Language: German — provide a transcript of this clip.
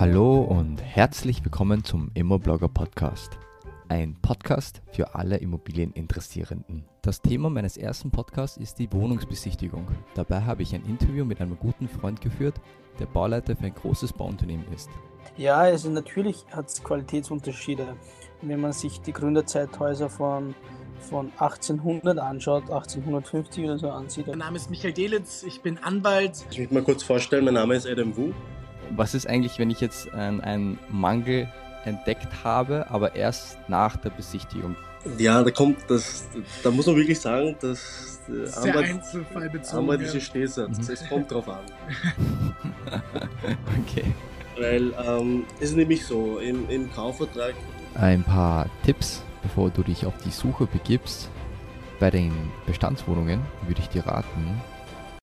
Hallo und herzlich willkommen zum Immoblogger Podcast. Ein Podcast für alle Immobilieninteressierenden. Das Thema meines ersten Podcasts ist die Wohnungsbesichtigung. Dabei habe ich ein Interview mit einem guten Freund geführt, der Bauleiter für ein großes Bauunternehmen ist. Ja, also natürlich hat es Qualitätsunterschiede. Wenn man sich die Gründerzeithäuser von, von 1800 anschaut, 1850 oder so ansieht. Mein Name ist Michael Delitz, ich bin Anwalt. Ich möchte mal kurz vorstellen, mein Name ist Adam Wu. Was ist eigentlich, wenn ich jetzt einen, einen Mangel entdeckt habe, aber erst nach der Besichtigung? Ja, da kommt das, da muss man wirklich sagen, dass äh, Sehr einzelfallbezogen. Anwalt ja. Mhm. ist ein Stehsatz. Es kommt drauf an. Okay. Weil ähm, es ist nämlich so, im, im Kaufvertrag Ein paar Tipps, bevor du dich auf die Suche begibst. Bei den Bestandswohnungen würde ich dir raten,